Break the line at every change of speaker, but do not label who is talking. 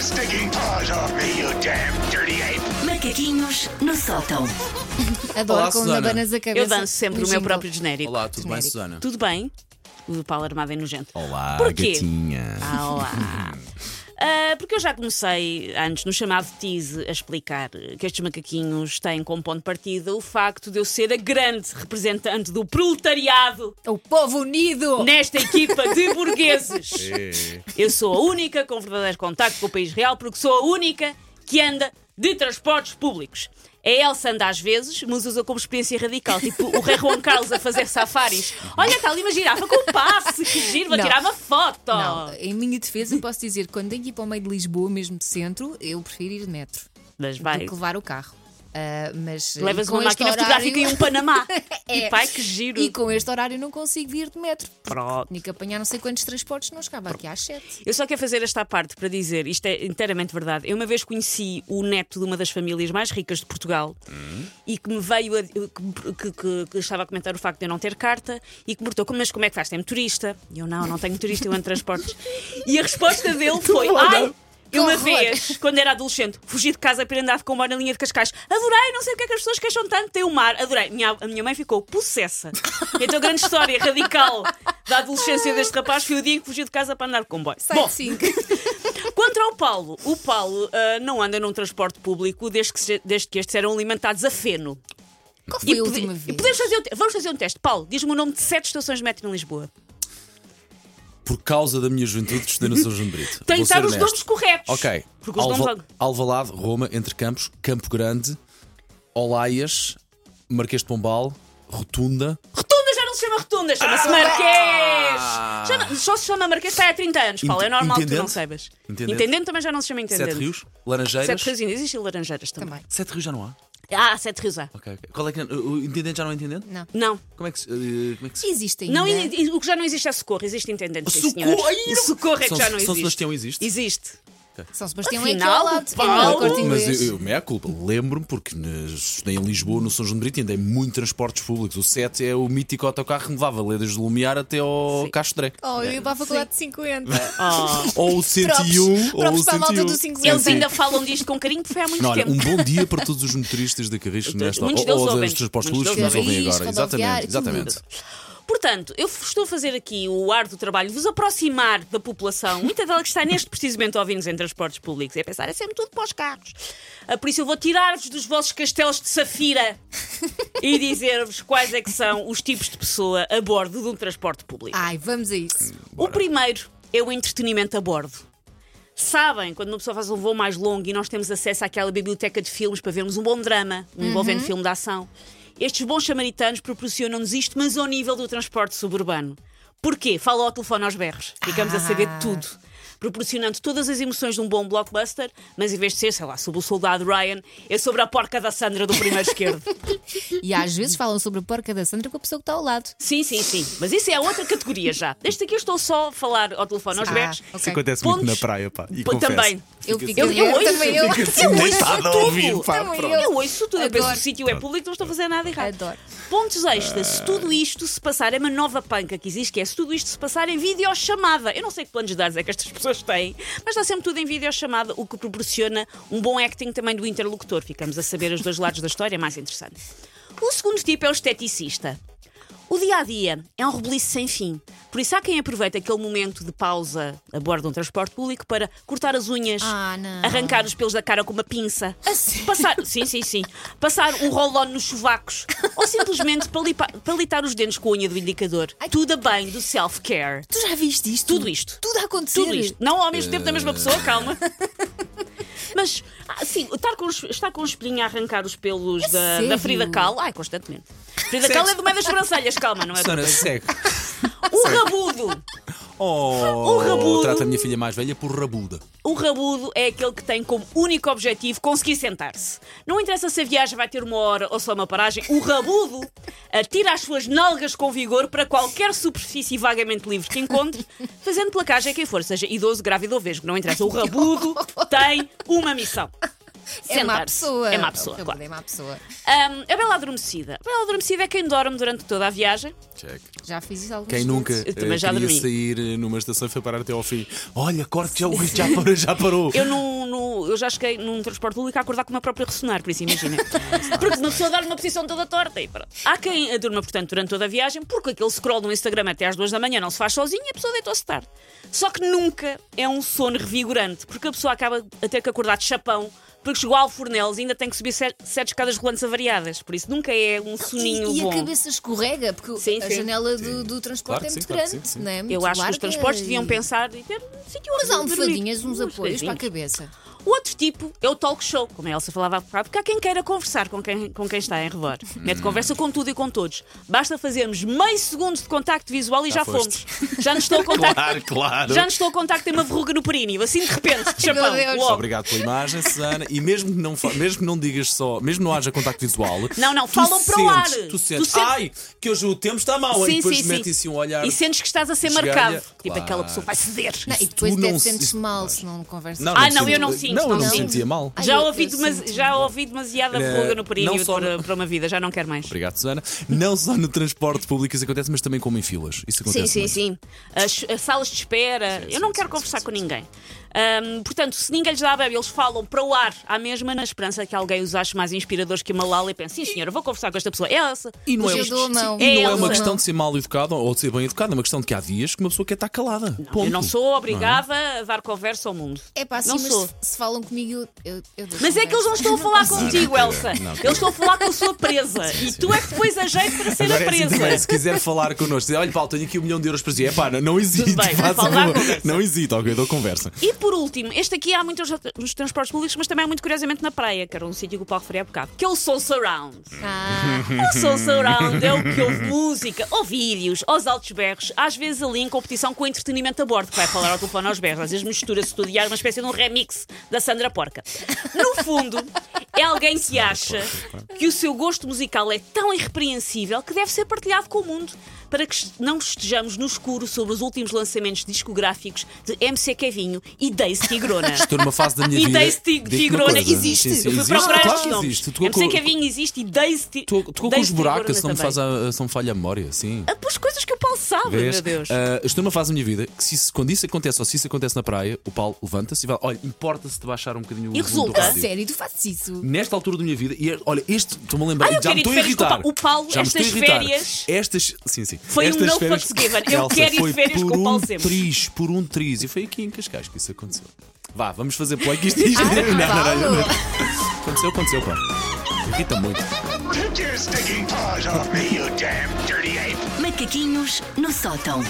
sticking paws off me, you damn dirty ape!
Macaquinhos no sótão.
Adoro
Olá,
como
Susana.
abanas a cabeça.
Eu danço sempre
no
o meu
jingle.
próprio genérico.
Olá, tudo bem,
Genérico.
Susana?
Tudo bem? O Paulo Armado é nojento.
Olá,
Porquê?
gatinha.
Ah, olá. Ah, porque eu já comecei antes no chamado tease a explicar eh, que estes macaquinhos têm como ponto de partida o facto de eu ser a grande representante do proletariado
O povo
Oh.
unido!
nesta equipa de burgueses. Eu sou a única com verdadeiro contacto com o país real porque sou a única que anda de transportes públicos. A Elsa anda às vezes, mas usa como experiência radical, tipo o Rei Juan Carlos a fazer safaris. Olha, está ali uma girafa com um passe, que giro, vou
Não.
tirar uma foto.
Não, em minha defesa, eu posso dizer que quando tenho que ir para o meio de Lisboa, mesmo de centro, eu prefiro ir de metro
Mas
do
vai,
que levar o carro. Ah, mas eh,
levas
com
uma
este
máquina
horário-
fotográfica e um Panamá.
É.
E pai, que giro.
E com este horário não consigo ir de metro.
Pronto.
Tinha que apanhar não sei quantos transportes, não chegava aqui às sete.
Eu só quero fazer esta parte para dizer, isto é inteiramente verdade. Eu uma vez conheci o neto de uma das famílias mais ricas de Portugal e que me veio a- que, que- que- que estava a comentar o facto de eu não ter carta e que me perguntou, "Como- mas como é que faz? Tem motorista? E eu não, não tenho motorista, eu ando de transportes. E a resposta dele foi: Ai! Eu uma
horror."
vez, quando era adolescente, fugi de casa para andar de comboio na linha de Cascais. Adorei, não sei porque é que as pessoas queixam tanto, tem o mar. Adorei. Minha- a minha mãe ficou possessa. Então, a grande história radical da adolescência deste rapaz foi o dia em que fugiu de casa para andar de comboio. Bom,
Sai sim.
Quanto ao Paulo, o Paulo ah, não anda num transporte público desde que, se- desde que estes eram alimentados a feno.
Qual foi a
pode-
última
e
vez?
podemos fazer um te- vamos fazer um teste. Paulo, diz-me o nome de sete estações de metro em Lisboa.
Por causa da minha juventude, estudei na São João de Brito. Vou
Tem que estar
ser
os
honesto.
nomes corretos.
Ok.
Porque os
Alva-
nomes.
Alvalade, Roma, Entre Campos, Campo Grande, Olaias, Marquês de Pombal, Rotunda.
Rotunda já não se chama Rotunda, chama-se
Ah!
Marquês. Chama- só se chama Marquês sai há 30 anos, Paulo. É
Inte-
normal que tu não
Intendente?
saibas.
Intendente?
também já não se chama Intendente.
Sete Rios, Laranjeiras.
Sete Rios ainda existe e Laranjeiras também.
Também.
Sete Rios já não há?
Ah, Sete Rios há.
Ok, ok. Qual é que. O intendente já não é intendente?
Não.
Não.
Como é que se. eh, Como é que se...
Existe ainda.
Não, e- e- o que já não existe é socorro, existe intendente. sim,
Socorro!
senhores.
Ai, não-
O socorro é que
São-
já não
São
existe.
Sebastião existe?
Existe.
São Sebastião é aqui
Afinal,
ao lado.
Paulo.
É no Corte
Mas
Inglês.
eu, eu, é a culpa, lembro-me porque na- estudei em Lisboa, no São João de Brito, ainda é muito transportes públicos. O 7 é o mítico autocarro que me levava ali desde o Lumiar até ao
Sim.
Castro Dré.
Oh, eu ia para a faculdade de 50.
Oh.
Ou o 101,
Oh. Props-
ou o
props para a malta
101.
do 500.
Eles
Sim.
ainda falam disto com carinho porque foi há muito
Não, É olha,
tempo.
um bom dia para todos os motoristas da Carris nesta
muitos deles
ou, ou
ouvem.
dos transportes
Muitos
públicos que nos
deles
ouvem
ouvem.
agora.
Carris, rodoviário,
Exatamente,
tudo.
exatamente.
Portanto, eu estou a fazer aqui o ar do trabalho de vos aproximar da população, muita dela que está neste precisamente a ouvir-nos em transportes públicos, e a pensar é sempre tudo para os carros. Ah, Por isso eu vou tirar-vos dos vossos castelos de safira e dizer-vos quais é que são os tipos de pessoa a bordo de um transporte público.
Ai, vamos a isso.
O primeiro é o entretenimento a bordo. Sabem, quando uma pessoa faz um voo mais longo e nós temos acesso àquela biblioteca de filmes para vermos um bom drama, um envolvente filme de ação, estes bons samaritanos proporcionam-nos isto, mas ao nível do transporte suburbano. Porquê? Fala ao telefone aos berros. Ficamos a saber de tudo. Proporcionando todas as emoções de um bom blockbuster, mas em vez de ser, sei lá, sobre o soldado Ryan, é sobre a porca da Sandra do primeiro esquerdo.
E às vezes falam sobre a porca da Sandra com a pessoa que está ao lado.
Sim, sim, sim. Mas isso é outra categoria já. Deste aqui eu estou só a falar ao telefone aos
Ah,
berros.
ok.
acontece
muito Pontos- na praia,
pá.
Pô, Também.
Eu um- fico
assim. Eu, eu, ouço, assim
também eu.
eu ouço tudo.
Também eu.
Eu ouço tudo. Eu penso que
Adoro.
o sítio é público, não estou a fazer nada errado.
Adoro.
Pontos extras. Se tudo isto se passar, é uma nova panca que existe, que é se tudo isto se passar em videochamada. Eu não sei que planos de dados é que estas pessoas têm, mas está sempre tudo em videochamada, o que proporciona um bom acting também do interlocutor. Ficamos a saber os dois lados da história, é mais interessante. O segundo tipo é o esteticista. O dia a dia é um rebuliço sem fim. Por isso, há quem aproveita aquele momento de pausa a bordo de um transporte público para cortar as unhas,
Ah, não.
arrancar os pelos da cara com uma pinça, passar, sim, sim, sim, passar um rolão nos chuvacos ou simplesmente palipa- palitar os dentes com a unha do indicador. Tudo a bem do self-care.
Tu já viste isto?
Tudo isto.
Tudo a acontecer.
Tudo isto. Não ao mesmo tempo da mesma pessoa, calma. Mas, ah, sim, estar com, os- estar com o espinho a arrancar os pelos da, da
sério?
Frida Kahlo. Ai, constantemente. Frida Kahlo é do meio das sobrancelhas, calma, não é?
Sara, segue.
O rabudo.
Um
Oh,
rabudo.
trata a minha filha mais velha por rabuda.
O rabudo é aquele que tem como único objetivo conseguir sentar-se. Não interessa se a viagem vai ter uma hora ou só uma paragem, o rabudo atira as suas nalgas com vigor para qualquer superfície vagamente livre que encontre, fazendo placagem a quem for, seja idoso, grávido ou vesgo. Não interessa, o rabudo tem uma missão.
É má
Sentar-se.
pessoa.
É má pessoa,
Eu
claro.
mudei má pessoa.
Ahm, a bela adormecida. A bela adormecida é quem dorme durante toda a viagem.
Check.
Já fiz isso algumas
Quem
vezes.
nunca
Eu
eh,
também já
queria
dormi.
sair eh, numa estação e foi parar até ao fim. Olha, corte já, ui, já parou, já parou.
Eu não, no. Eu já cheguei num transporte público a acordar com o meu próprio ressonar, por isso imagina. porque uma pessoa dorme uma posição toda torta e pronto. Há quem durma, portanto, durante toda a viagem, porque aquele scroll no Instagram até às duas da manhã não se faz sozinho e a pessoa deitou-se tarde. Só que nunca é um sono revigorante, porque a pessoa acaba a ter que acordar de chapão. Porque chegou ao Fornelos e ainda tem que subir se- sete escadas rolantes avariadas. Por isso nunca é um soninho
e, e
bom.
a cabeça escorrega, porque
Sim,
a
sim.
janela do, do transporte
Claro que
é
sim,
muito
claro que
grande.
sim, sim.
Não é? Muito
Eu acho que os
larga
transportes
e-
deviam pensar e ter um sítio
Mas
onde
há
dormir.
almofadinhas, uns
Umas
apoios para a
coisinhas.
cabeça.
O outro tipo é o talk show, como a Elsa falava há bocado, porque há quem queira conversar com quem, com quem está em redor.
Uhum.
Mete conversa com tudo e com todos. Basta fazermos meio segundo de contacto visual e já,
Já foste.
fomos. Já nos estou a contacto.
Claro, claro.
Já nos estou a contacto, tem uma verruga no períneo, assim de repente, de
Meu
chapão.
Deus.
logo.
Obrigado pela imagem, Susana. E mesmo que não, fa- mesmo que não digas só, mesmo que não haja contacto visual.
Não, não,
tu
falam para o ar.
sentes-
Tu
Tu sentes,
sentes-
ai, que hoje o tempo está mau. e
Sim,
depois
sim,
mete
sim.
assim um olhar.
E sentes que estás a ser
Esgalha.
marcado. Tipo,
Claro.
aquela pessoa vai ceder.
Não, e
Isso
depois
tu
até
não
te sentes
se-
mal se não conversas.
Não,
Ah,
me
não,
sinto-
eu não sinto,
Não, eu
não
não me
sinto.
sentia mal.
Ai,
Já
eu-
ouvi,
eu
demas-
sinto-me
já ouvi demasiada
Eh,
verruga no
não
períneo
só
por,
no-
por uma vida, já não quero mais.
Obrigado, Susana. Não só no transporte público isso acontece, mas também como em filas. Isso acontece.
Sim, sim,
muito.
sim. As, as salas de espera.
Sim,
eu não
sim,
quero
sim,
conversar
sim,
com
sim,
ninguém. Ahm, portanto, se ninguém lhes dá a bebe, eles falam para o ar à mesma, na esperança que alguém os ache mais inspiradores que uma Lala e pense: sim, senhora, vou conversar com esta pessoa. É essa.
E não, é,
Eu dou a mão.
e não é
É
uma
ela.
questão de ser mal educado ou de ser bem educado, é uma questão de que há dias que uma pessoa quer estar calada.
Eu não
é?
sou obrigada a dar conversa ao mundo.
É pá, sim,
não
mas
sou.
se- se falam comigo, eu, eu, eu dou
Mas é que eles não estão a falar contigo,
Não,
Elsa.
não,
Eles estão a falar com a sua presa. E tu é que depois a jeito para ser a
Agora, é assim também,
presa.
se quiser falar connosco, dizer, olha, Paulo, tenho aqui um milhão de euros para si. É pá, não, não hesite.
Tudo bem,
faça
fala lá,
favor.
conversa.
Não hesite, ok, eu dou conversa.
E por último, este aqui há muitos nos transportes públicos, mas também há muito curiosamente na praia, que era um sítio que o Paulo referia há bocado, que é o Soul Surround.
Ah,
O
Uhum.
Soul Surround é o que ouve música, ou vídeos, aos altos berros, às vezes ali em competição com o entretenimento a bordo, que vai falar ao telefone aos berros, às vezes mistura-se tudo e há uma espécie de um remix da Sandra Porca. No fundo, é alguém que acha que o seu gosto musical é tão irrepreensível que deve ser partilhado com o mundo para que não estejamos no escuro sobre os últimos lançamentos discográficos de MC Kevinho e Daisy Tigrona.
Estou numa fase da minha
E
vida.
Daisy Tig-
digo-te uma
Tigrona
coisa.
existe.
Sim, sim,
Eu fui
existe.
procurar
Claro
estes
que
nomes.
existe. Tocou
MC
com-
Kevinho existe e Daisy Ti-
Tocou tocou com os
Daisy Tigrona
buracos, se não me
também.
faz a, se não me falha a memória, sim.
Ah, Pois coisas que o Paulo sabe,
Vês?
meu Deus.
Ah, estou numa fase da minha vida que, se isso- quando isso acontece ou se isso acontece na praia, o Paulo levanta-se e vai, olha, importa-se de baixar um bocadinho o volume do
resulta.
rádio.
sério, tu fazes isso?
Nesta altura da minha vida, e é, olha, este, estou-me a lembrar,
Ah, eu
já me
quero ir de
estou a
férias com o
irritar.
Paulo. O Paulo,
já me estou a
estas
irritar.
férias-
Estas, sim, sim.
Foi um
estas
no
férias,
fucks given. Eu
Elsa,
quero ir de
foi
férias
por
com o Paulo
um
sempre.
triz, por um triz. E foi aqui em Cascais que isso aconteceu. Vá, vamos fazer play que isto
Ah,
isto- não, não, não, não. Aconteceu, aconteceu, pá. Irrita muito.
Take your stinking paws off me, you damn dirty ape!
Macaquinhos no sótão.